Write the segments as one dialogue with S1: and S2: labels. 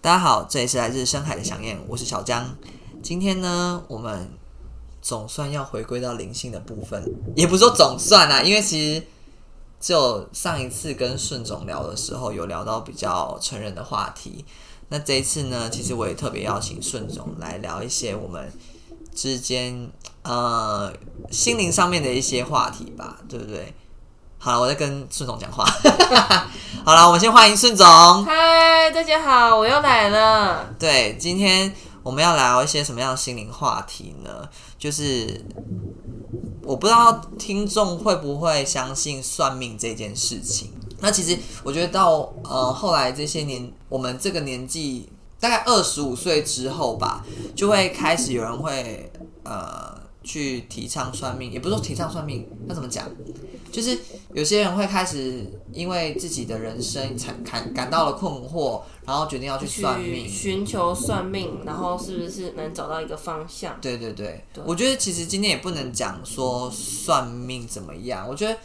S1: 大家好，这里是来自深海的响燕，我是小江。今天呢，我们总算要回归到灵性的部分，也不是说总算啦、因为其实只有上一次跟顺总聊的时候，有聊到比较成人的话题。那这一次呢，其实我也特别邀请顺总来聊一些我们之间呃心灵上面的一些话题吧，对不对？好了，我在跟顺总讲话。 好了，我们先欢迎顺总。
S2: 嗨，大家好，我又来了。
S1: 对，今天我们要聊一些什么样的心灵话题呢？就是我不知道听众会不会相信算命这件事情。那其实我觉得到呃后来这些年，我们这个年纪大概二十五岁之后吧，就会开始有人会呃去提倡算命，也不是说提倡算命，那怎么讲？就是有些人会开始因为自己的人生感感感到了困惑，然后决定要去算命
S2: 去，寻求算命，然后是不是能找到一个方向？
S1: 对对对，
S2: 对
S1: 我觉得其实今天也不能讲说算命怎么样，我觉得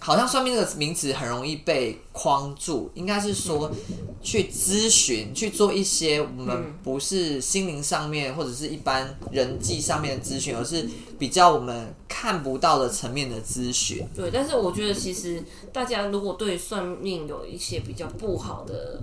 S1: 好像算命这个名词很容易被框住，应该是说去咨询，去做一些我们嗯不是心灵上面或者是一般人际上面的咨询，而是比较我们看不到的层面的咨询。
S2: 对，但是我觉得其实大家如果对算命有一些比较不好的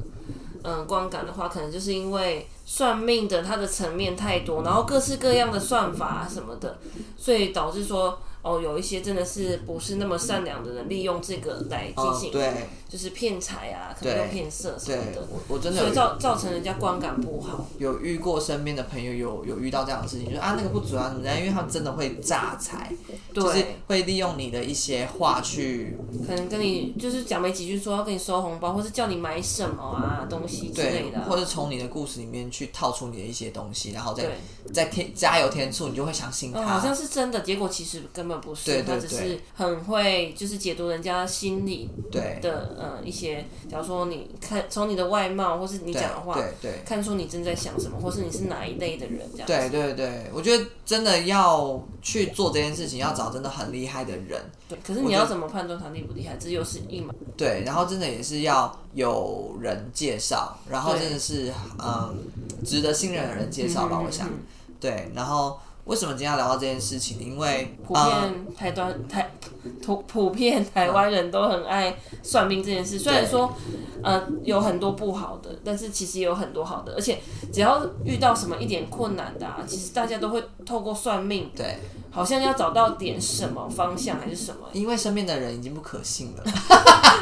S2: 嗯观感的话，可能就是因为呃算命的它的层面太多，然后各式各样的算法啊什么的，所以导致说哦有一些真的是不是那么善良的人利用这个来进
S1: 哦，
S2: 行，
S1: 对
S2: 就是骗财啊，可能又
S1: 对
S2: 骗色什
S1: 对
S2: 么的，，
S1: 我我真的
S2: 所以
S1: 有
S2: 造造成人家观感不好。
S1: 有遇过身边的朋友有有遇到这样的事情，就是啊那个不准啊怎么样，因为他们真的会诈财。
S2: 对，
S1: 就是会利用你的一些话去，
S2: 可能跟你就是讲没几句，说要跟你收红包，或是叫你买什么啊东西之类
S1: 对
S2: 的啊，
S1: 或者从你的故事里面去套出你的一些东西，然后再
S2: 对，
S1: 再添加油添醋，你就会相信
S2: 嗯，好
S1: 他。
S2: 像是真的，结果其实根本不
S1: 对
S2: 是，
S1: 对
S2: 他只是很会就是解读人家心里
S1: 对
S2: 的呃一些，假如说你看从你的外貌或是你
S1: 对
S2: 讲的话，
S1: 对对
S2: 看出你正在想什么，或是你是哪一类的人这样
S1: 对
S2: 子。
S1: 对对，我觉得真的要去做这件事情，要找真的很厉害的人，
S2: 对，可是
S1: 我
S2: 你
S1: 觉
S2: 要
S1: 得
S2: 怎么判断他厉不厉害？这又是一门。
S1: 对，然后真的也是要有人介绍，然后
S2: 对
S1: 真的是嗯值得信任的人介绍吧，我想
S2: 嗯嗯嗯嗯
S1: 对，然后。为什么今天要聊到这件事情？因为
S2: 普
S1: 呃
S2: 遍台湾台普普遍台湾人都很爱算命这件事，虽然说呃有很多不好的，但是其实也有很多好的，而且只要遇到什么一点困难的、啊，其实大家都会透过算命，
S1: 对，，
S2: 好像要找到点什么方向还是什么
S1: 因为身边的人已经不可信了，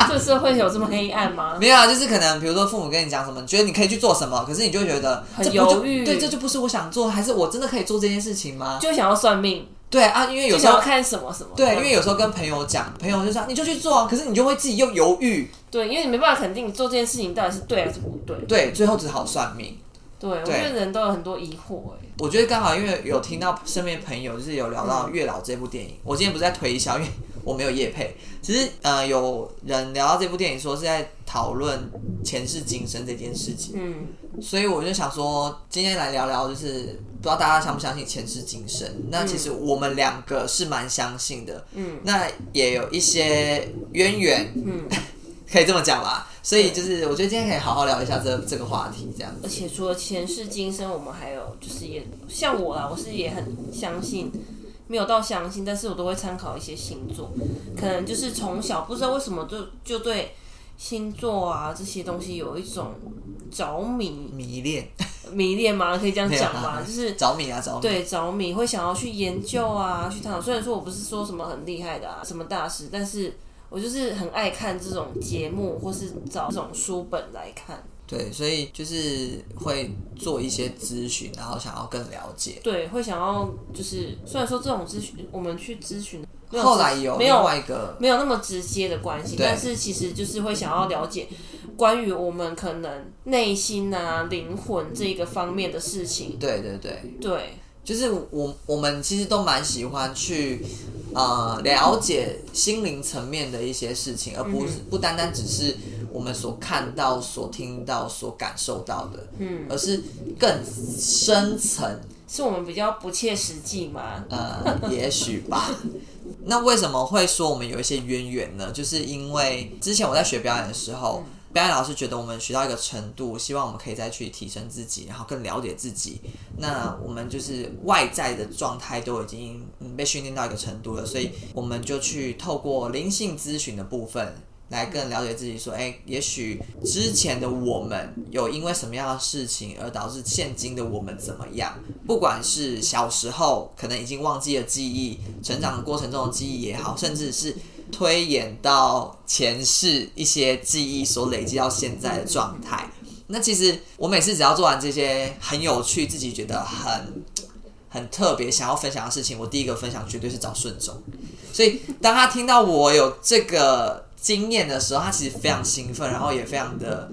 S2: 这社会有这么黑暗吗？
S1: 没有啊，就是可能比如说父母跟你讲什么，你觉得你可以去做什么，可是你就会觉得
S2: 嗯很
S1: 这不就
S2: 犹豫
S1: 对，这就不是我想做，还是我真的可以做这件事情吗？
S2: 就想要算命，
S1: 对啊，因为有
S2: 就
S1: 时
S2: 想要
S1: 候
S2: 看什么什么，
S1: 对，因为有时候跟朋友讲，朋友就说你就去做啊，可是你就会自己又犹豫，
S2: 对，因为你没办法肯定你做这件事情到底是对还是不对，
S1: 对，最后只好算命。
S2: 对我觉得人都有很多疑惑、欸，
S1: 我觉得刚好因为有听到身边朋友就是有聊
S2: 嗯
S1: 到《月老》这部电影，我今天不是在推销，因为我没有业配，只是呃有人聊到这部电影说是在讨论前世今生这件事情。
S2: 嗯，
S1: 所以我就想说，今天来聊聊，就是不知道大家相不相信前世今生。那其
S2: 嗯
S1: 实我们两个是蛮相信的，嗯，那也有一些渊源，嗯， 可以这么讲吧。所以就是，我觉得今天可以好好聊一下这这个话题，这样。
S2: 而且除了前世今生，我们还有就是也像我啦，我是也很相信，没有到相信，但是我都会参考一些星座，可能就是从小不知道为什么就就对星座啊这些东西有一种着迷
S1: 迷恋，
S2: 迷恋吗？可以这样讲
S1: 没有
S2: 吧
S1: 啊，
S2: 就是
S1: 着迷啊，着迷。
S2: 对着迷会想要去研究啊，去探讨。虽然说我不是说什么很厉害的啊，什么大师，但是我就是很爱看这种节目或是找这种书本来看。
S1: 对，所以就是会做一些咨询，然后想要更了解。
S2: 对，会想要就是，虽然说这种咨询，我们去咨询，没有
S1: 后来有
S2: 没
S1: 另
S2: 有
S1: 外一个，
S2: 没有那么直接的关系，
S1: 对
S2: 但是其实就是会想要了解关于我们可能内心啊、灵魂这个方面的事情。
S1: 对对对，
S2: 对，
S1: 就是我我们其实都蛮喜欢去呃了解心灵层面的一些事情，而不是不单单只是我们所看到、所听到、所感受到的，嗯，而是更深层，
S2: 是我们比较不切实际嘛？
S1: 呃，也许吧。那为什么会说我们有一些渊源呢？就是因为之前我在学表演的时候，表演老师觉得我们学到一个程度，希望我们可以再去提升自己，然后更了解自己。那我们就是外在的状态都已经嗯被训练到一个程度了，所以我们就去透过灵性咨询的部分。来更了解自己，说，哎，也许之前的我们有因为什么样的事情而导致现今的我们怎么样？不管是小时候可能已经忘记了记忆，成长过程中的记忆也好，甚至是推演到前世一些记忆所累积到现在的状态。那其实我每次只要做完这些很有趣、自己觉得很很特别想要分享的事情，我第一个分享绝对是找顺总。所以当他听到我有这个经验的时候，他其实非常兴奋，然后也非常的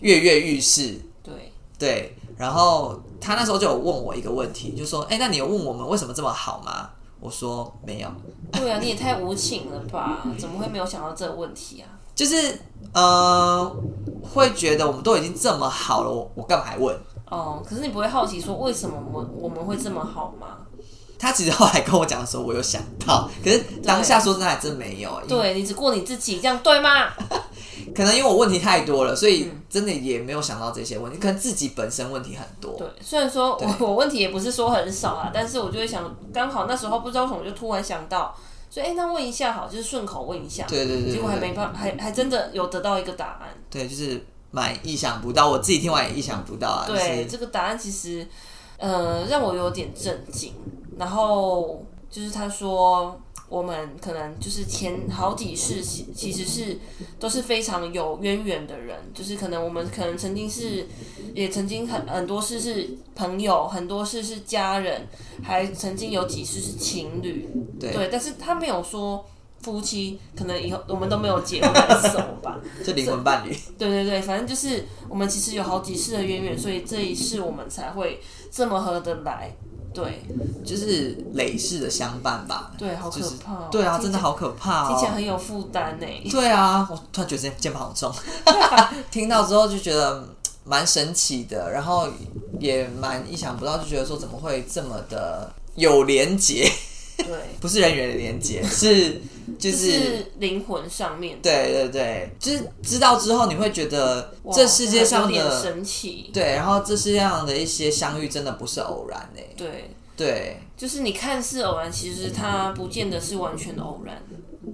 S1: 跃跃欲试。
S2: 对，
S1: 对，然后他那时候就有问我一个问题，就说：“哎、那你有问我们为什么这么好吗？”我说：“没有。”
S2: 对啊，你也太无情了吧？怎么会没有想到这个问题啊？
S1: 就是呃，会觉得我们都已经这么好了，我我干嘛还问？
S2: 哦，可是你不会好奇说为什么我们我们会这么好
S1: 嗯
S2: 吗？
S1: 他其实后来跟我讲的时候，我有想到，可是当下说真的还真没有。因为
S2: 嗯对你只顾你自己，这样对吗？
S1: 可能因为我问题太多了，所
S2: 嗯
S1: 以真的也没有想到这些问题。可能自己本身问题很多。
S2: 对，虽然说我我问题也不是说很少啊，但是我就会想，刚好那时候不知道为什么就突然想到，所以哎、那问一下好，就是顺口问一下，
S1: 对对对对
S2: 结果还没办法，还还真的有得到一个答案。
S1: 对，就是蛮意想不到，我自己听完也意想不到啊。
S2: 对，
S1: 就是
S2: 这个答案其实，呃，让我有点震惊。然后就是他说，我们可能就是前好几世其其实是都是非常有渊源的人，就是可能我们可能曾经是，也曾经很很多事是朋友，很多事是家人，还曾经有几世是情侣，
S1: 对
S2: 对，但是他没有说。夫妻可能以后我们都没有结婚来熟吧，
S1: 就灵魂伴侣。
S2: 对对对，反正就是我们其实有好几世的渊源，所以这一世我们才会这么合得来。对
S1: 就是累世的相伴吧。
S2: 对，好可
S1: 就是
S2: 怕、哦
S1: 对啊，
S2: 听
S1: 真
S2: 起
S1: 的好可怕
S2: 听起来
S1: 哦。
S2: 很有负担欸呢。
S1: 对啊，我突然觉得肩膀好 重，听到之后就觉得嗯蛮神奇的，然后也蛮意想不到，就觉得说怎么会这么的有连结，
S2: 对，
S1: 不是人员的连结，是就。
S2: 就是是灵魂上面，
S1: 对对对，就是知道之后，你会觉得
S2: 哇
S1: 这世界
S2: 有
S1: 上
S2: 点
S1: 的
S2: 神奇。
S1: 对，然后这世界上的一些相遇真的不是偶然诶、
S2: 对，
S1: 对，
S2: 就是你看似偶然，其实它不见得是完全偶然，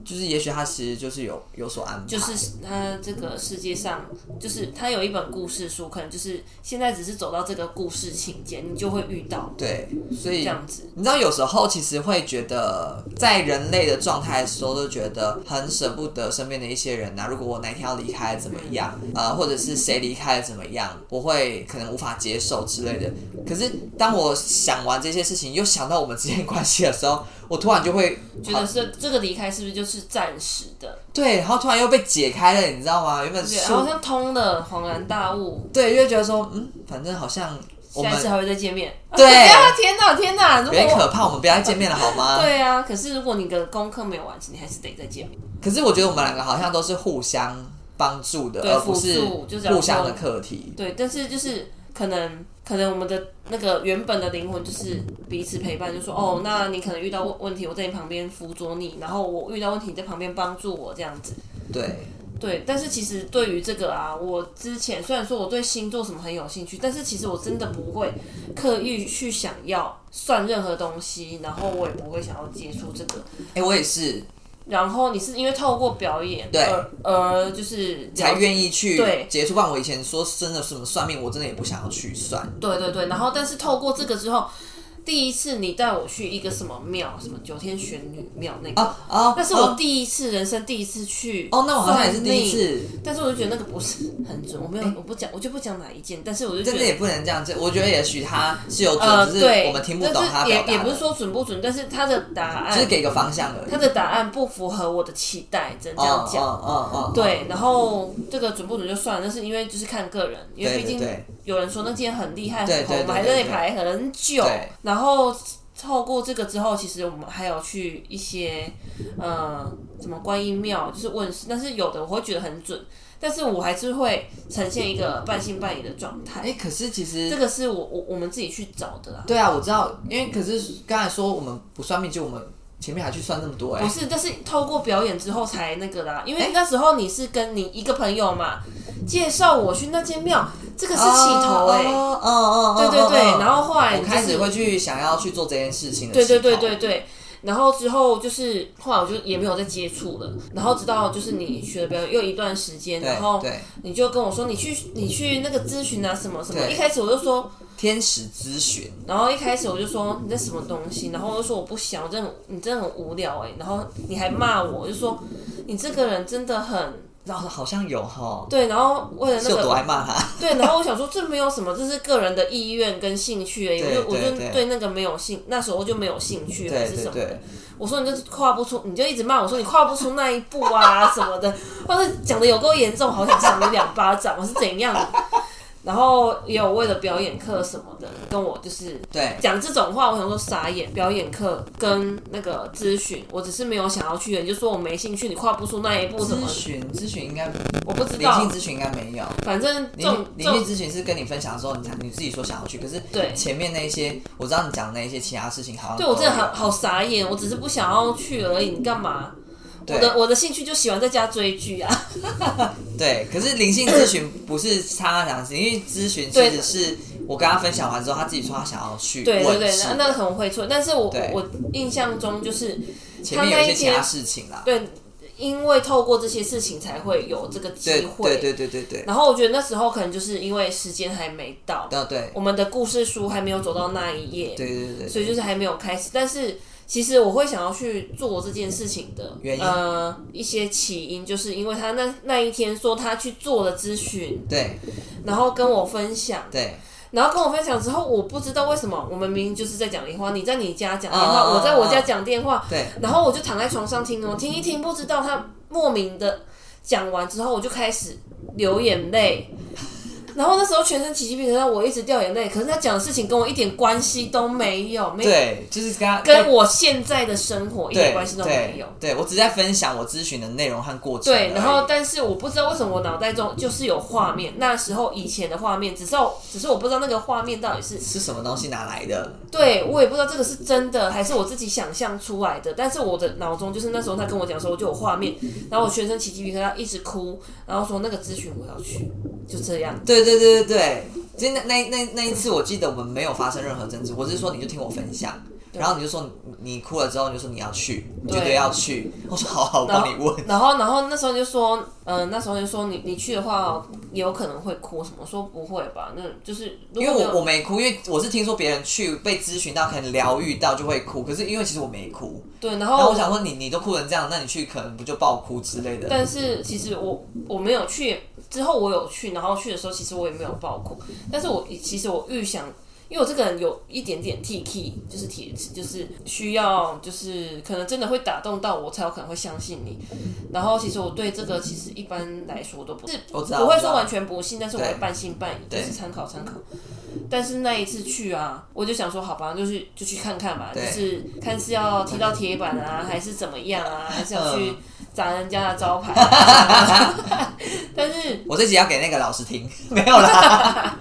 S1: 就是也许他其实就是有有所安排，
S2: 就是它这个世界上，就是它有一本故事书，可能就是现在只是走到这个故事情节，你就会遇到
S1: 对，所
S2: 这
S1: 以
S2: 样子。
S1: 你知道，有时候其实会觉得，在人类的状态的时候，都觉得很舍不得身边的一些人呐、如果我哪天要离开，怎么样？呃，或者是谁离开了怎么样，我会可能无法接受之类的。可是当我想完这些事情，又想到我们之间的关系的时候，我突然就会
S2: 觉得这这个离开是不是就是暂时的？
S1: 对，然后突然又被解开了，你知道吗？原本
S2: 对，
S1: 是
S2: 好像通了，恍然大 悟，
S1: 对，就会觉得说，嗯，反正好像我
S2: 下一次
S1: 们
S2: 还会再见面。
S1: 对
S2: 啊， 天哪，天哪！如
S1: 别
S2: 果
S1: 可怕，我们不要再见面了，好吗？
S2: 对啊，可是如果你的功课没有完成，你还是得再见面。
S1: 可是我觉得我们两个好像都是互相帮助的，
S2: 对
S1: 而不是
S2: 辅助就假如说
S1: 互相的课题。
S2: 对，但是就是可能可能我们的那个原本的灵魂就是彼此陪伴，就说哦，那你可能遇到问问题，我在你旁边辅佐你，然后我遇到问题你在旁边帮助我这样子。
S1: 对，
S2: 对，但是其实对于这个啊，我之前虽然说我对星座什么很有兴趣，但是其实我真的不会刻意去想要算任何东西，然后我也不会想要接触这个。
S1: 哎、我也是
S2: 然后你是因为透过表演
S1: 对
S2: 而而就是
S1: 才
S2: 了解
S1: 愿意去
S2: 对
S1: 接触。不然我以前说真的什么算命，我真的也不想要去算。
S2: 对对对，然后但是透过这个之后，第一次你带我去一个什么庙，什么九天玄女庙那个，
S1: 哦哦，
S2: 那是我
S1: 哦
S2: 第一次人生第一次去
S1: 哦，那我好像也是
S2: 算
S1: 第一
S2: 命
S1: 次，
S2: 但是我就觉得那个不是很准，我没有，我不讲，我就不讲哪一件，但是我就觉
S1: 真的
S2: 得。
S1: 也不能这样子。我觉得也许他是有准，
S2: 呃，
S1: 只是
S2: 对，
S1: 我们听不懂他
S2: 但是
S1: 表
S2: 也
S1: 达的，
S2: 也不是说准不准，但是他的答
S1: 只是
S2: 案，
S1: 给一个方向而已。
S2: 他的答案不符合我的期待，只能这样
S1: 嗯
S2: 讲。
S1: 嗯嗯嗯，
S2: 对，然后这个准不准就算了，但是因为就是看个人，因为
S1: 对
S2: 毕
S1: 对
S2: 竟
S1: 对
S2: 有人说那间很厉害
S1: 对
S2: 很
S1: 对
S2: 红，我们还
S1: 对
S2: 在
S1: 对
S2: 那里排很久
S1: 对。
S2: 然后透过这个之后，其实我们还有去一些呃什么观音庙，就是问世，但是有的我会觉得很准，但是我还是会呈现一个半信半疑的状态。
S1: 哎、可是其实
S2: 这个是我我我们自己去找的啦。啊
S1: 对啊，我知道，因为可是刚才说我们不算命，就我们前面还去算那么多哎、
S2: 不是，但是透过表演之后才那个啦，因为那时候你是跟你一个朋友嘛，介绍我去那间庙，这个是起头哎、
S1: 哦哦哦，哦
S2: 对对对
S1: 哦哦
S2: 然后后来
S1: 我
S2: 就是
S1: 开始会去想要去做这件事情的
S2: 对
S1: 起头，
S2: 对对对对。然后之后就是后来我就也没有再接触了，然后直到就是你学了表演又一段时间，
S1: 对
S2: 然后
S1: 对
S2: 你就跟我说你去你去那个咨询啊什么什么，
S1: 对
S2: 一开始我就说，
S1: 天使咨询，
S2: 然后一开始我就说你这什么东西，然后我就说我不想，我真的很你真的很无聊哎、然后你还骂我，我就说你这个人真的很
S1: 然后好像有哈，
S2: 对，然后为了
S1: 是
S2: 那
S1: 有
S2: 个
S1: 多爱骂 他？
S2: 对，然后我想说这没有什么，这是个人的意愿跟兴趣而已。我
S1: 对
S2: 就我
S1: 对
S2: 就
S1: 对
S2: 对那个没有兴，那时候就没有兴趣还
S1: 对
S2: 是
S1: 对
S2: 什么的
S1: 对。，
S2: 我说你就是跨不出，你就一直骂我说你跨不出那一步啊什么的，或者讲的有够严重，好想赏你两巴掌，我是怎样的？然后也有为了表演课什么的，跟我就是
S1: 对
S2: 讲这种话，我想说傻眼。表演课跟那个咨询，我只是没有想要去，你就说我没兴趣，你跨不出那一步什
S1: 咨
S2: 么的，
S1: 询咨询应该
S2: 我不知
S1: 灵性
S2: 道。
S1: 咨询应该没有。
S2: 反正这种
S1: 灵灵
S2: 这种
S1: 性咨询是跟你分享的时候，你才你自己说想要去，可是
S2: 对
S1: 前面那一些我知道你讲的那一些其他事情好像
S2: 对我真的
S1: 都有
S2: 好好傻眼，我只是不想要去而已，你干嘛？
S1: 对
S2: 我的我的兴趣就喜欢在家追剧啊，
S1: 对，可是灵性咨询不是他想去，因为咨询其实
S2: 对
S1: 是我跟他分享完之后，他自己说他想要去
S2: 对对
S1: 问
S2: 对，
S1: 是
S2: 那那可能会错，但是我
S1: 对
S2: 我印象中就是
S1: 前面有一些其
S2: 他那
S1: 他
S2: 一
S1: 事情啦。
S2: 对，因为透过这些事情才会有这个机
S1: 对
S2: 会，
S1: 对对对对对，
S2: 然后我觉得那时候可能就是因为时间还没到，
S1: 对对
S2: 我们的故事书还没有走到那一页，
S1: 对对对
S2: 所
S1: 对，
S2: 以就是还没有开始，但是。其实我会想要去做这件事情的
S1: 原因
S2: 呃，一些起因，就是因为他那那一天说他去做了咨询，
S1: 对
S2: 然后跟我分享，
S1: 对
S2: 然后跟我分享之后，我不知道为什么我们明明就是在讲电话，你在你家讲电
S1: 啊啊
S2: 话，
S1: 啊
S2: 我在我家讲电话，
S1: 对
S2: 然后我就躺在床上听哦，听一听，不知道他莫名的讲完之后，我就开始流眼泪。然后那时候全身起鸡皮疙瘩，我一直掉眼泪。可是他讲的事情跟我一点关系都没有，没
S1: 对，就是跟他
S2: 跟我现在的生活一点
S1: 对
S2: 关系都
S1: 对
S2: 没有。
S1: 对我只是在分享我咨询的内容和过程而已。
S2: 对，然后但是我不知道为什么我脑袋中就是有画面，那时候以前的画面，只是我只是我不知道那个画面到底是
S1: 是什么东西哪来的？
S2: 对我也不知道这个是真的还是我自己想象出来的，但是我的脑中就是那时候他跟我讲的时候，我就有画面，然后我全身起鸡皮疙瘩，一直哭，然后说那个咨询我要去，就这样。
S1: 对对对对对，其实那那那那一次，我记得我们没有发生任何争执，我是说你就听我分享，然后你就说你你哭了之后，你就说你要去，你绝对要去。我说好好，我哦帮你问。
S2: 然后，然后那时候就说，嗯、那时候就说你你去的话，有可能会哭什么？我说不会吧，那就是因
S1: 因为我我没哭，因为我是听说别人去被咨询到，可能疗愈到就会哭，可是因为其实我没哭，
S2: 对，然
S1: 然后
S2: 后
S1: 我想说你你都哭成这样，那你去可能不就爆哭之类的？
S2: 但是其实我我没有去，之后我有去，然后去的时候其实我也没有爆哭，但是我其实我预想，因为我这个人有一点点 T K，就是铁齿，就是需要就是可能真的会打动到我，才有可能会相信你。然后其实我对这个其实一般来说都不是
S1: 我知道
S2: 不会
S1: 我知道
S2: 说完全不信，但是我会
S1: 对
S2: 半信半疑，就是参考参考。但是那一次去啊，我就想说，好吧，就是就去看看嘛，就
S1: 对
S2: 是看是要踢到铁板啊，还是怎么样啊，还是要去
S1: 嗯
S2: 砸人家的招 牌、啊。但是
S1: 我这集要给那个老师听，没有啦。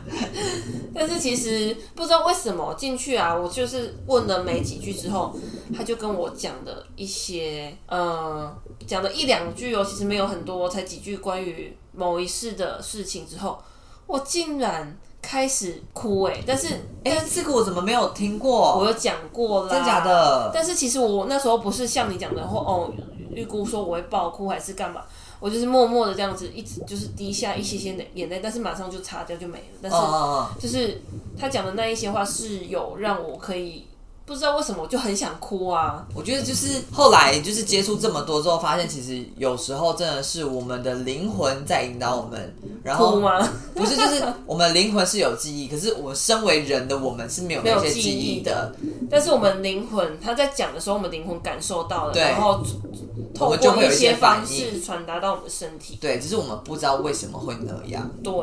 S2: 但是其实不知道为什么进去啊，我就是问了没几句之后，他就跟我讲的一些，呃，讲了一两句哦，其实没有很多，才几句关于某一世的事情之后，我竟然开始哭哎、但是
S1: 哎、这个我怎么没有听过？
S2: 我有讲过啦，
S1: 哦真假的
S2: 但是其实我那时候不是像你讲的，或哦预估说我会爆哭还是干嘛，我就是默默的这样子，一直就是滴下一些些的眼泪，但是马上就擦掉就没了。但是
S1: 嗯嗯嗯，
S2: 就是他讲的那一些话是有让我可以不知道为什么我就很想哭啊。
S1: 我觉得就是后来就是接触这么多之后，发现其实有时候真的是我们的灵魂在引导我们，然
S2: 哭
S1: 后
S2: 吗？
S1: 不是就是我们灵魂是有记忆，可是我们身为人的我们是没有那
S2: 没有
S1: 些
S2: 记
S1: 记忆
S2: 忆
S1: 的，
S2: 但是我们灵魂，他在讲的时候，我们灵魂感受到了，
S1: 对
S2: 然后
S1: 我
S2: 透
S1: 们就
S2: 过
S1: 会有一
S2: 些
S1: 些反
S2: 方
S1: 应。
S2: 式传达到我们的身体。
S1: 对，只是我们不知道为什么会那样。
S2: 对，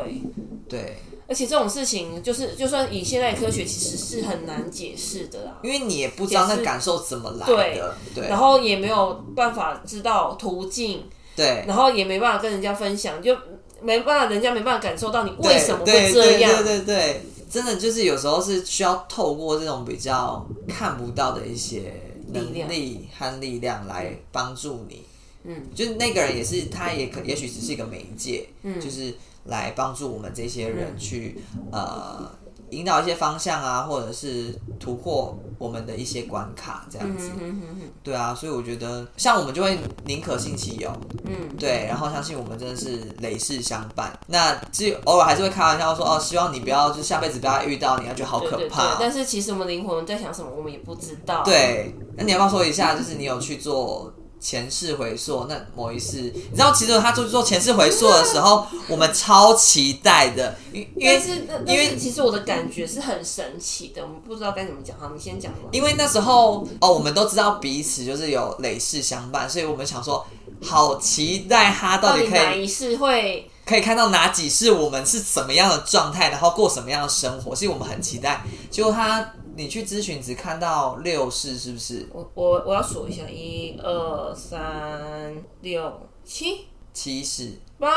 S1: 对，
S2: 而且这种事情，就是就算以现代科学，其实是很难解释的啦。
S1: 因为你也不知道那
S2: 也是
S1: 感受怎么来
S2: 对
S1: 的。对
S2: 然后也没有办法知道途径，
S1: 对，
S2: 然后也没办法跟人家分享，就没办法，人家没办法感受到你为
S1: 对
S2: 什么
S1: 对
S2: 会这
S1: 对对
S2: 样。
S1: 对对，真的就是有时候是需要透过这种比较看不到的一些能
S2: 力量
S1: 力和力量来帮助你。
S2: 嗯，
S1: 就是那个人也是他也可也许只是一个媒介，嗯，就是来帮助我们这些
S2: 嗯
S1: 人去、呃引导一些方向啊，或者是突破我们的一些关卡这样子。
S2: 嗯嗯嗯
S1: 对啊，所以我觉得像我们就会宁可信其有，
S2: 嗯，
S1: 对，然后相信我们真的是累世相伴。那至于偶尔还是会开玩笑说哦，希望你不要就下辈子不要遇到，你要觉得好
S2: 对
S1: 可
S2: 对对
S1: 怕。。
S2: 但是其实我们灵魂在想什么，我们也不知道。，
S1: 对，那你要不要说一下，就是你有去做前世回溯？那某一次，你知道，其实他做做前世回溯的时候，我们超期待的，因因
S2: 但
S1: 为
S2: 是但
S1: 因为
S2: 但是其实我的感觉是很神奇的，我们不知道该怎么讲。好，你先讲吧。
S1: 因为那时候哦，我们都知道彼此就是有累世相伴，所以我们想说，好期待他到
S2: 到
S1: 底
S2: 底
S1: 可
S2: 哪
S1: 以
S2: 一世会？
S1: 可以看到哪几世我们是什么样的状态，然后过什么样的生活，所以我们很期待。结果他你去咨询只看到六世，是不是？
S2: 我我我要数一下，一二三六七
S1: 七世、
S2: 八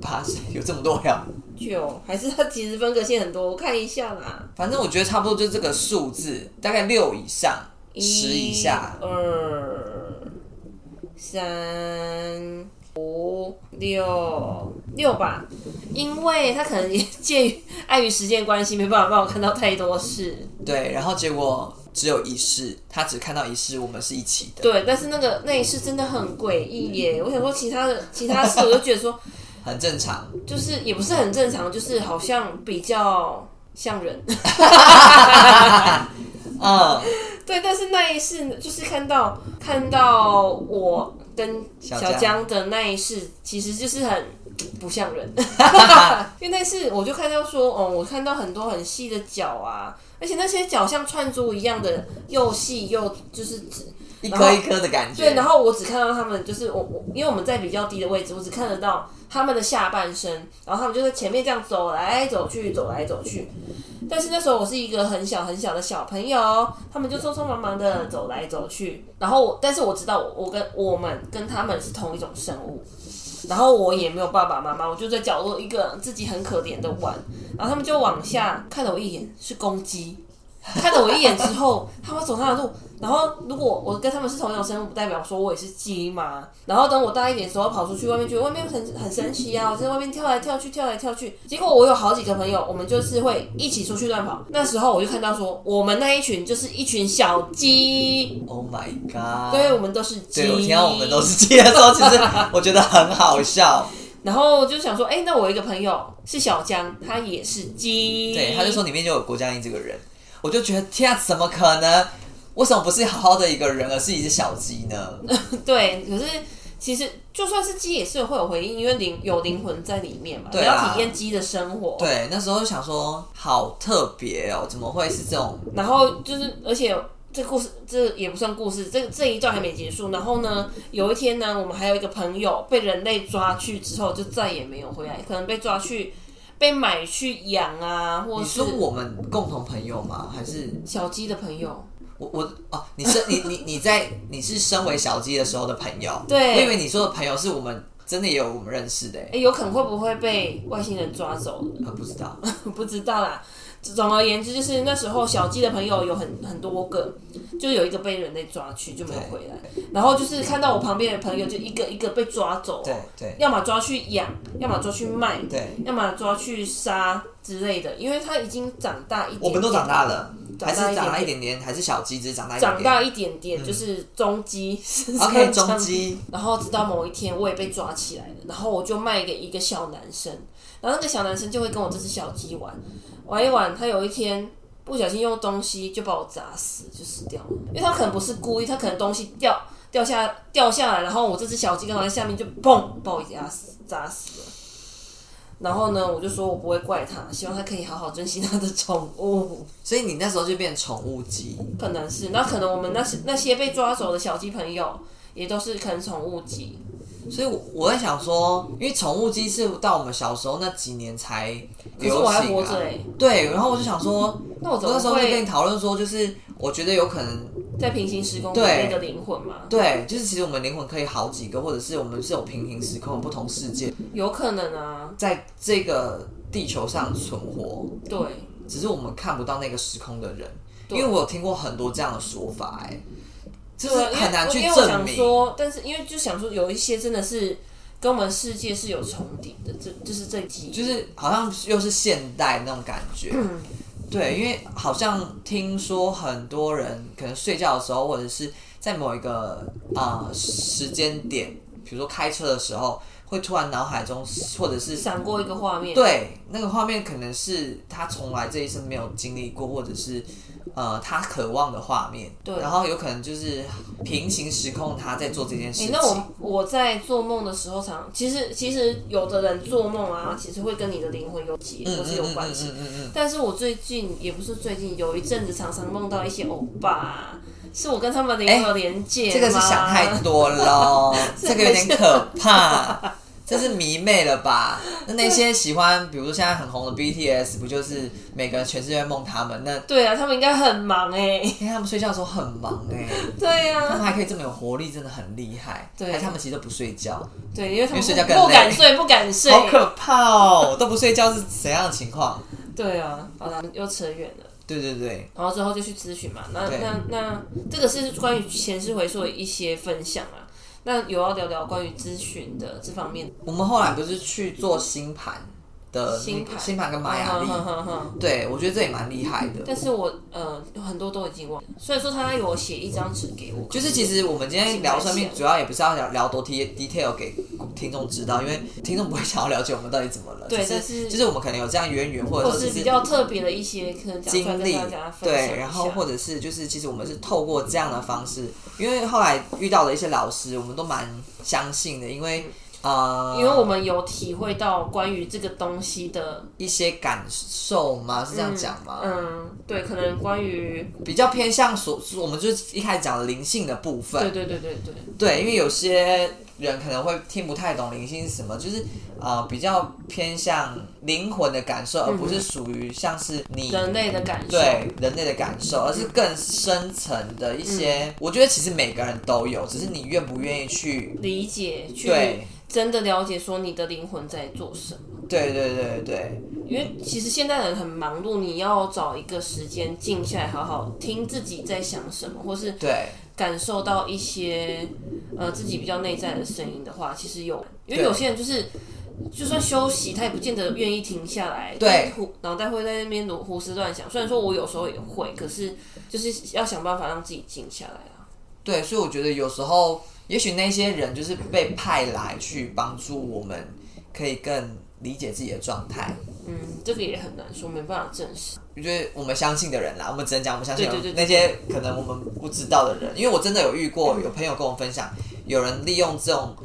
S1: 八世， 有这么多呀？
S2: 九，哦还是它其实分割线很多，我看一下啦。
S1: 反正我觉得差不多就这个数字，大概六以上，十以下
S2: 一。二三五六六吧，因为他可能也介于碍于时间关系，没办法帮我看到太多事。
S1: 对，然后结果只有一世，他只看到一世，我们是一起的，
S2: 对，但是那个那一世真的很诡异耶！我想说其他的其他事，我就觉得说，
S1: 很正常。
S2: 就是也不是很正常，就是好像比较像人。
S1: 嗯，
S2: 对，但是那一世呢就是看到看到我跟
S1: 小
S2: 小
S1: 江
S2: 江的那一世，其实就是很不像人， 因为那次我就看到说，哦，我看到很多很细的脚啊，而且那些脚像串珠一样的，又细又就是
S1: 一
S2: 然
S1: 颗
S2: 后
S1: 一颗的感觉。
S2: 对，然后我只看到他们，就是我我，因为我们在比较低的位置，我只看得到他们的下半身，然后他们就在前面这样走来走去，走来走去。但是那时候我是一个很小很小的小朋友，他们就匆匆忙忙的走来走去。然后我，但是我知道我我跟我们跟他们是同一种生物，然后我也没有爸爸妈妈，我就在角落一个人自己很可怜的玩。然后他们就往下看了我一眼，是公鸡。看了我一眼之后，他们走他的路，然后如果我跟他们是同一种生物，不代表说我也是鸡嘛。然后等我大一点的时候跑出去外面，觉得外面很很神奇啊，我在外面跳来跳去，跳来跳去。结果我有好几个朋友，我们就是会一起出去乱跑。那时候我就看到说，我们那一群就是一群小鸡，
S1: ，Oh my god！
S2: 对，我们都是鸡。
S1: 对，我听到我们都是鸡的时候，其实我觉得很好笑。
S2: 然后就想说，哎、那我有一个朋友是小江，他也是鸡。
S1: 对，他就说里面就有郭嘉莹这个人，我就觉得天啊，怎么可能？为什么不是好好的一个人，而是一只小鸡 呢？
S2: 对，可是其实就算是鸡也是会有回应，因为灵有灵魂在里面嘛，
S1: 对
S2: 你
S1: 啊
S2: 要体验鸡的生活。
S1: 对，那时候就想说，好特别哦，怎么会是这种？
S2: 然后就是，而且这故事这也不算故事，这这一段还没结束。然后呢，有一天呢，我们还有一个朋友被人类抓去之后，就再也没有回来，可能被抓去被买去养啊，或
S1: 你
S2: 是
S1: 说我们共同朋友吗？还是
S2: 小鸡的朋友。
S1: 我我哦？你是你你你在你是身为小鸡的时候的朋友？
S2: 对
S1: 我以为你说的朋友是我们真的也有我们认识的欸，
S2: 哎，有可能会不会被外星人抓走？
S1: 呃不知道。
S2: 不知道啦。总而言之，就是那时候小鸡的朋友有很很多个，就有一个被人类抓去就没有回来，然后就是看到我旁边的朋友就一个一个被抓走，哦
S1: 对对
S2: 要么抓去养，要么抓去卖，
S1: 对，
S2: 要么抓去杀之类的，因为他已经长大一点点
S1: 我们都长大，了，还是
S2: 长大一
S1: 长大一
S2: 点
S1: 点点，还是小鸡只是长大一点
S2: 长
S1: 点嗯
S2: 大一点点，就是中鸡
S1: ？OK，中鸡。
S2: 然后直到某一天，我也被抓起来了，然后我就卖给一个小男生，然后那个小男生就会跟我这只小鸡玩，玩一玩，他有一天不小心用东西就把我砸死，就死掉了，因为他可能不是故意，他可能东西掉掉下掉下来，然后我这只小鸡刚好在下面就砰把我压死砸死了。然后呢，我就说我不会怪他，希望他可以好好珍惜他的宠物。
S1: 所以你那时候就变宠物鸡，
S2: 可能是，那可能我们那些那些被抓走的小鸡朋友，也都是可能宠物鸡。
S1: 所以我我在想说，因为宠物鸡是到我们小时候那几年才
S2: 可是
S1: 流
S2: 我还
S1: 行
S2: 活着
S1: 啊
S2: 哎、。
S1: 对，然后我就想说，
S2: 那我
S1: 我
S2: 怎么
S1: 那时候就跟
S2: 会
S1: 你讨论说，就是我觉得有可能，
S2: 在平行时空
S1: 对
S2: 内的灵魂嘛？
S1: 对，就是其实我们灵魂可以好几个，或者是我们是有平行时空、不同世界，
S2: 有可能啊，
S1: 在这个地球上存活，
S2: 对，
S1: 只是我们看不到那个时空的人。因
S2: 对
S1: 为我有听过很多这样的说法、哎，就是
S2: 对因为
S1: 很难去
S2: 因为我
S1: 证
S2: 想
S1: 明。
S2: 说，但是因为就想说，有一些真的是跟我们世界是有重叠的，这就是这集，
S1: 就是好像又是现代那种感觉。
S2: 嗯
S1: 对，因为好像听说很多人可能睡觉的时候，或者是在某一个啊、呃时间点，比如说开车的时候，会突然脑海中或者是
S2: 闪过一个画面，
S1: 对那个画面，可能是他从来这一生没有经历过，或者是呃他渴望的画面。
S2: 对
S1: 然后有可能就是平行时空他在做这件事
S2: 欸
S1: 情。
S2: 那我我在做梦的时候常，其实其实有的人做梦啊，其实会跟你的灵魂有结
S1: 嗯
S2: 或是有关系。
S1: 嗯嗯嗯嗯嗯
S2: 但是我最近也不是最近，有一阵子常常梦到一些欧巴，啊是我跟他们灵魂有连接、
S1: 嗯这个是想太。多喽，这个有点可怕，这是迷妹了吧？那那些喜欢，比如说现在很红的 BTS，不就是每个人全世界梦他们？那
S2: 对啊，他们应该很忙哎、
S1: 因为他们睡觉的时候很忙 哎、
S2: 对呀、
S1: 他们
S2: 啊，
S1: 还可以这么有活力，真的很厉害。
S2: 对
S1: 还他们其实都不睡觉，
S2: 对，因为他们
S1: 因为睡觉更
S2: 不
S1: 累
S2: 敢睡，不敢睡。
S1: 好可怕哦！都不睡觉是怎样的情况？
S2: 对啊，好了，又扯远了。
S1: 对对对，
S2: 然后之后就去咨询嘛。那
S1: 对
S2: 那那这个是关于前世回溯的一些分享啊。那有要聊聊关于咨询的这方面
S1: 我们后来不是去做星盘的
S2: 星盘嗯
S1: 星盘跟玛雅历，
S2: 哼哼哼哼
S1: 对我觉得这也蛮厉害的。
S2: 但是我呃很多都已经忘了，所以说他有写一张纸给我，
S1: 就是其实我们今天聊生命，主要也不是要聊聊多 t detail 给听众知道，因为听众不会想要了解我们到底怎么了。
S2: 对
S1: 只
S2: 但
S1: 是
S2: 是
S1: 就是我们可能有这样渊源，或者
S2: 或
S1: 说
S2: 是
S1: 只
S2: 比较特别的一些，可能讲出来
S1: 经
S2: 跟
S1: 历
S2: 大家分享一下
S1: 对，然后或者是就是其实我们是透过这样的方式，因为后来遇到的一些老师，我们都蛮相信的，因为呃，
S2: 嗯因为我们有体会到关于这个东西的，
S1: 一些感受嘛，是这样讲吗？
S2: 嗯，对，可能关于
S1: 比较偏向所，我们就是一开始讲的灵性的部分，
S2: 对对对对对，
S1: 对，因为有些人可能会听不太懂灵性是什么，就是呃比较偏向灵魂的感受，而不是属于像是你
S2: 嗯人类的感受，
S1: 对人类的感受，而是更深层的一些。
S2: 嗯
S1: 我觉得其实每个人都有，只是你愿不愿意去。
S2: 理解去
S1: 对，
S2: 真的了解说你的灵魂在做什么。
S1: 对对对对
S2: 因为其实现代人很忙碌，你要找一个时间静下来，好好听自己在想什么，或是
S1: 对
S2: 感受到一些呃自己比较内在的声音的话，其实有，因为
S1: 对
S2: 有些人就是就算休息，他也不见得愿意停下来，
S1: 对
S2: 胡脑袋会在那边胡胡思乱想。虽然说我有时候也会，可是就是要想办法让自己静下来啊。
S1: 对，所以我觉得有时候，也许那些人就是被派来去帮助我们，可以更理解自己的状态。
S2: 嗯，这个也很难说，没办法证实。
S1: 我觉得我们相信的人啦，我们只能讲我们相信的人
S2: 对对对
S1: 那些可能我们不知道的人，因为我真的有遇过，有朋友跟我分享，有人利用这种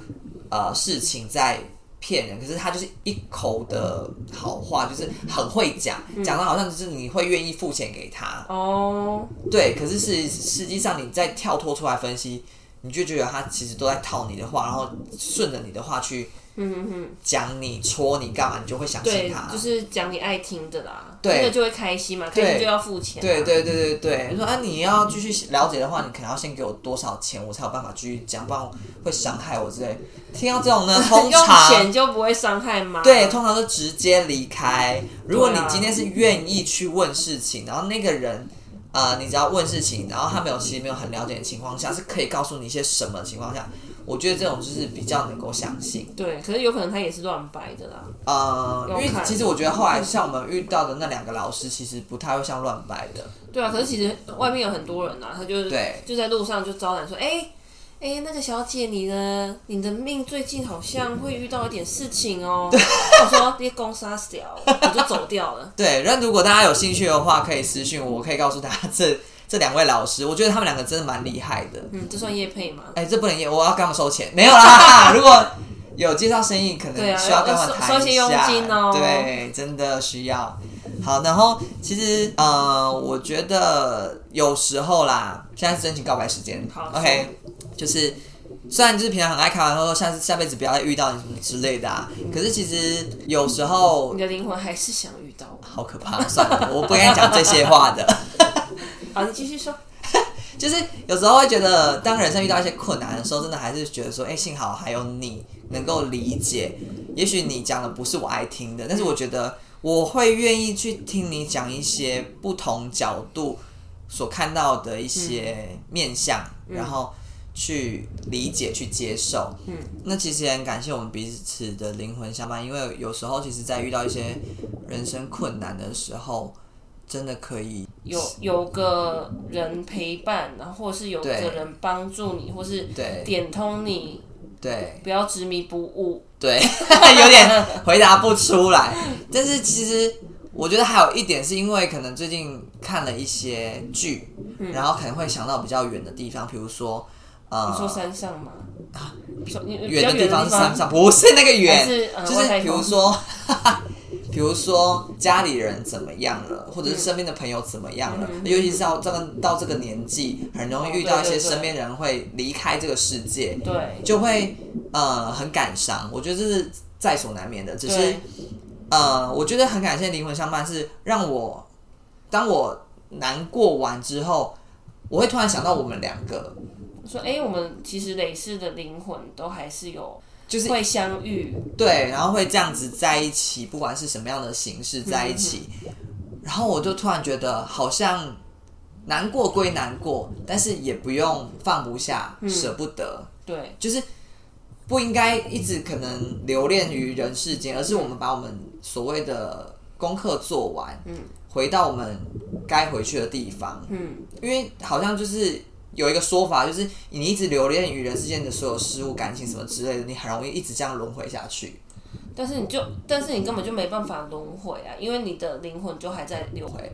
S1: 呃事情在骗人，可是他就是一口的好话，就是很会讲，
S2: 嗯
S1: 讲的好像就是你会愿意付钱给他，
S2: 哦，
S1: 对，可是是实际上你再跳脱出来分析，你就觉得他其实都在套你的话，然后顺着你的话去
S2: 嗯哼哼，
S1: 讲你、戳你干嘛，你就会相信
S2: 对
S1: 他，，
S2: 就是讲你爱听的啦，
S1: 对
S2: 听了就会开心嘛，开心就要付钱嘛，
S1: 对对对对对，你说啊，你要继续了解的话，你可能要先给我多少钱，我才有办法继续讲，不然会伤害我之类。听到这种 呢，通
S2: 用
S1: 常
S2: 钱就不会伤害吗？
S1: 对，通常都直接离开。如果你
S2: 对啊
S1: 今天是愿意去问事情，然后那个人。啊，你只要问事情，然后他没有其实没有很了解的情况下，是可以告诉你一些什么情况下，我觉得这种就是比较能够相信。
S2: 对，可是有可能他也是乱掰的啦。
S1: 呃，因
S2: 有
S1: 为
S2: 可能
S1: 其实我觉得后来像我们遇到的那两个老师，其实不太会像乱掰的。
S2: 对啊，可是其实外面有很多人啊，他就
S1: 嗯
S2: 是
S1: 对
S2: 就在路上就招揽说，哎、哎、那个小姐，你的你的命最近好像会遇到一点事 情哦。我说你公杀小，我就走掉了。
S1: 对，那如果大家有兴趣的话，可以私信我，我可以告诉大家这这两位老师，我觉得他们两个真的蛮厉害的。
S2: 嗯，这算叶配吗？
S1: 哎、这不能也，我要跟他们收钱，没有啦。 如果有介绍生意，可
S2: 对
S1: 能
S2: 啊
S1: 需要跟他
S2: 要
S1: 们
S2: 收
S1: 谈
S2: 收些
S1: 一
S2: 佣
S1: 下。
S2: 金哦
S1: 对，真的需要。好，然后其实呃，我觉得有时候啦，现在是真情告白时间
S2: 好
S1: ，OK，就是虽然就是平常很爱开玩笑说下次下辈子不要再遇到你什么之类的啊，可是其实有时候
S2: 你的灵魂还是想遇到我。
S1: 好可怕，算了，我不该讲这些话的。
S2: 好，你继续说。
S1: 就是有时候会觉得，当人生遇到一些困难的时候，真的还是觉得说，哎、幸好还有你能够理解。也许你讲的不是我爱听的，但是我觉得我会愿意去听你讲一些不同角度所看到的一些面相，然后去理解、去接受。嗯，那其实也很感谢我们彼此的灵魂相伴，因为有时候其实，在遇到一些人生困难的时候，真的可以
S2: 有有个人陪伴，然后或是有个
S1: 对
S2: 人帮助你，或是
S1: 对
S2: 点通你，
S1: 对
S2: 不要执迷不悟。
S1: 对， 有点回答不出来。但是其实我觉得还有一点，是因为可能最近看了一些剧，
S2: 嗯
S1: 然后可能会想到比较远的地方，比如说
S2: 你说
S1: 呃，
S2: 山上吗？说你比
S1: 啊远
S2: 较
S1: 的
S2: 远的
S1: 地方
S2: 方
S1: 是山上，不是那个
S2: 还
S1: 远，
S2: 是呃
S1: 就
S2: 外
S1: 是
S2: 太
S1: 比如
S2: 空
S1: 说， 比如说家里人怎么样了，或者
S2: 嗯
S1: 是身边的朋友怎么样了，尤其是到这个到这个年纪，很容易遇到一
S2: 哦
S1: 些
S2: 对对对
S1: 身边人会离开这个世界，
S2: 对
S1: 就会呃很感伤。我觉得这是在所难免的，只是
S2: 对，
S1: 呃，我觉得很感谢灵魂相伴，是让我当我难过完之后，我会突然想到我们两个，
S2: 说哎，我们其实累世的灵魂都还是有
S1: 就是
S2: 会相遇，
S1: 对，然后会这样子在一起，不管是什么样的形式在一起，然后我就突然觉得好像难过归难过，但是也不用放不下、舍不得，
S2: 对
S1: 就是不应该一直可能留恋于人世间，而是我们把我们所谓的功课做完，嗯，回到我们该回去的地方，
S2: 嗯，
S1: 因为好像就是。有一个说法，就是你一直留恋于人世间的所有事物、感情什么之类的，你很容易一直这样轮回下去。
S2: 但是你就，但是你根本就没办法轮回啊，因为你的灵魂就还在 流回，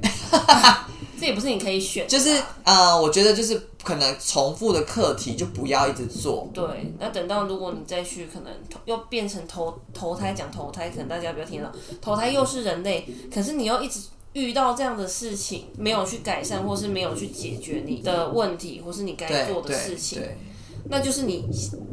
S2: 这也不是你可以选的
S1: 就
S2: 啊，
S1: 是呃，我觉得就是可能重复的课题就不要一直做，
S2: 对，那等到如果你再去，可能投又变成投投胎，讲投胎，可能大家比较听得懂，投胎又是人类，可是你又一直遇到这样的事情，没有去改善，或是没有去解决你的问题，或是你该
S1: 对
S2: 做的
S1: 对
S2: 事情，
S1: 对，
S2: 那就是你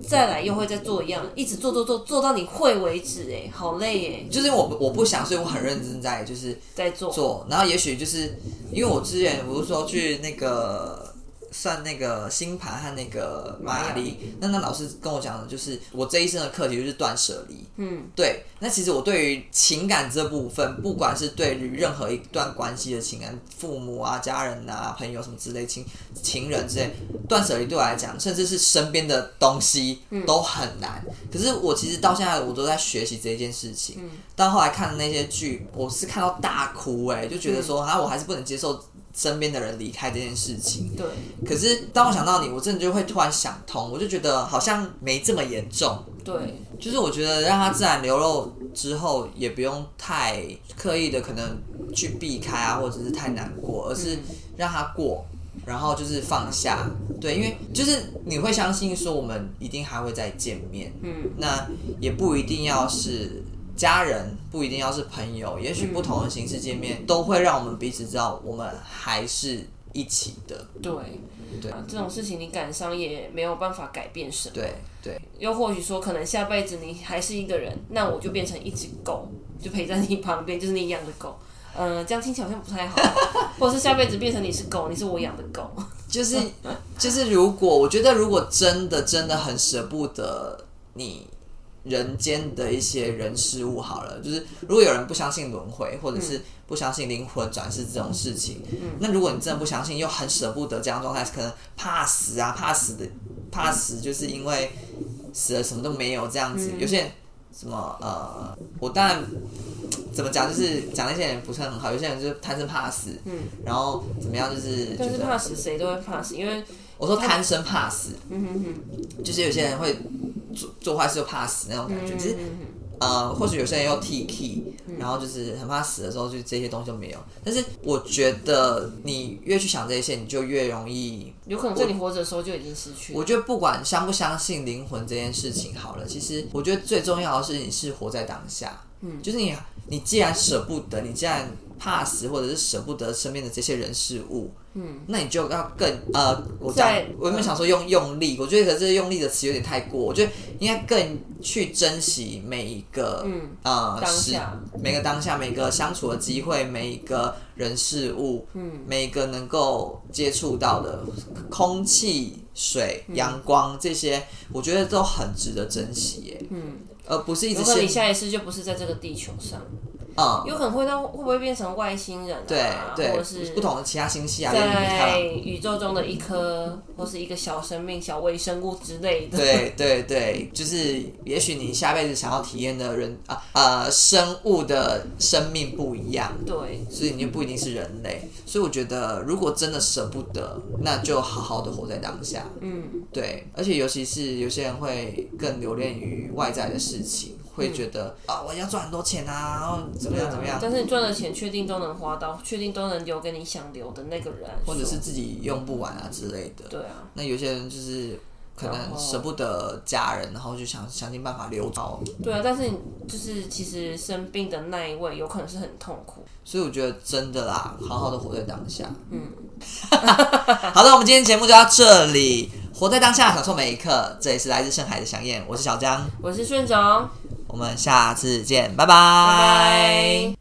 S2: 再来又会再做一样，一直做做做做到你会为止，哎，好累哎，
S1: 就是我不我不想，所以我很认真在就是
S2: 再做，
S1: 做，然后也许就是因为我之前不是说去那个算那个星盘和那个玛雅历，那那老师跟我讲的就是我这一生的课题就是断舍离，
S2: 嗯，
S1: 对，那其实我对于情感这部分，不管是对于任何一段关系的情感，父母啊、家人啊、朋友什么之类、情情人之类，断舍离对我来讲，甚至是身边的东西都很难。可是我其实到现在我都在学习这件事情。到后来看的那些剧，我是看到大哭哎、就觉得说、啊，我还是不能接受身边的人离开这件事情。
S2: 对，
S1: 可是当我想到你，我真的就会突然想通，我就觉得好像没这么严重。
S2: 对，
S1: 就是我觉得让它自然流露之后，也不用太刻意的可能去避开啊，或者是太难过，而是让它过，然后就是放下。对，因为就是你会相信说我们一定还会再见面，
S2: 嗯，
S1: 那也不一定要是家人，不一定要是朋友，也许不同的形式见面都会让我们彼此知道我们还是一起的。
S2: 对，
S1: 对
S2: 啊，这种事情你感伤也没有办法改变什么。
S1: 对对
S2: 又或许说，可能下辈子你还是一个人，那我就变成一只狗，就陪在你旁边，就是你养的狗。嗯、这样听起来好像不太好，啊或者是下辈子变成你是狗，你是我养的狗。
S1: 就是就是，如果我觉得如果真的真的很舍不得你人间的一些人事物，好了，就是如果有人不相信轮回，或者
S2: 嗯
S1: 是不相信灵魂转世这种事情，那如果你真的不相信，又很舍不得这样的状态，可能怕死啊，怕死的怕死，就是因为死了什么都没有这样
S2: 嗯
S1: 子。有些人什么呃，我当然怎么讲，就是讲那些人不是很好，有些人就是贪生怕死，嗯，然后怎么样，就是
S2: 但
S1: 觉
S2: 是
S1: 得
S2: 怕死，谁都会怕死，因为
S1: 我说贪生怕死，就是有些人会做做坏事又怕死那种
S2: 嗯
S1: 感觉，就是呃，或许有些人又 T K，然后就是很怕死的时候，就这些东西都没有。但是我觉得你越去想这些，你就越容易。
S2: 有可能在你活着的时候就已经失去了。
S1: 我觉得不管相不相信灵魂这件事情，好了，其实我觉得最重要的是你是活在当下，嗯，就是你你既然舍不得，你既然怕死，或者是舍不得身边的这些人事物，嗯，那你就要更呃，我讲
S2: 在
S1: 我原本想说用用力，我觉得这用力的词有点太过，我觉得应该更去珍惜每一个嗯呃
S2: 当
S1: 时
S2: 下
S1: 每个当下每个相处的机会，每一个人事物，嗯，每一个能够接触到的空气、水、
S2: 嗯
S1: 阳光这些，我觉得都很值得珍惜耶，嗯，而不是一直
S2: 如果你
S1: 陷
S2: 下一次就不是在这个地球上，
S1: 嗯，
S2: 有可能会到会不会变成外星人、啊，
S1: 对
S2: 或
S1: 对
S2: 者是，
S1: 不同的其他星系啊，例如米开
S2: 在
S1: 朗
S2: 宇宙中的一颗或是一个小生命、小微生物之类的。
S1: 对对对，就是也许你下辈子想要体验的人啊呃生物的生命不一样，
S2: 对
S1: 所以你就不一定是人类。所以我觉得，如果真的舍不得，那就好好的活在当下。
S2: 嗯，
S1: 对，而且尤其是有些人会更留恋于外在的事情，会觉得
S2: 嗯
S1: 啊、我要赚很多钱啊，然后怎么样怎么样，
S2: 但是你赚的钱确定都能花到，确定都能留给你想留的那个人来说，
S1: 或者是自己用不完啊之类的。
S2: 对啊，
S1: 那有些人就是可
S2: 然
S1: 能
S2: 后
S1: 舍不得家人，然后就想想尽办法留到。
S2: 对啊。但是你就是其实生病的那一位有可能是很痛苦。
S1: 所以我觉得真的啦，好好的活在当下。
S2: 嗯，
S1: 好的，我们今天节目就到这里，活在当下，享受每一刻。这里是来自深海的想念，我是小江，
S2: 我是顺总，
S1: 我们下次见，拜
S2: 拜拜。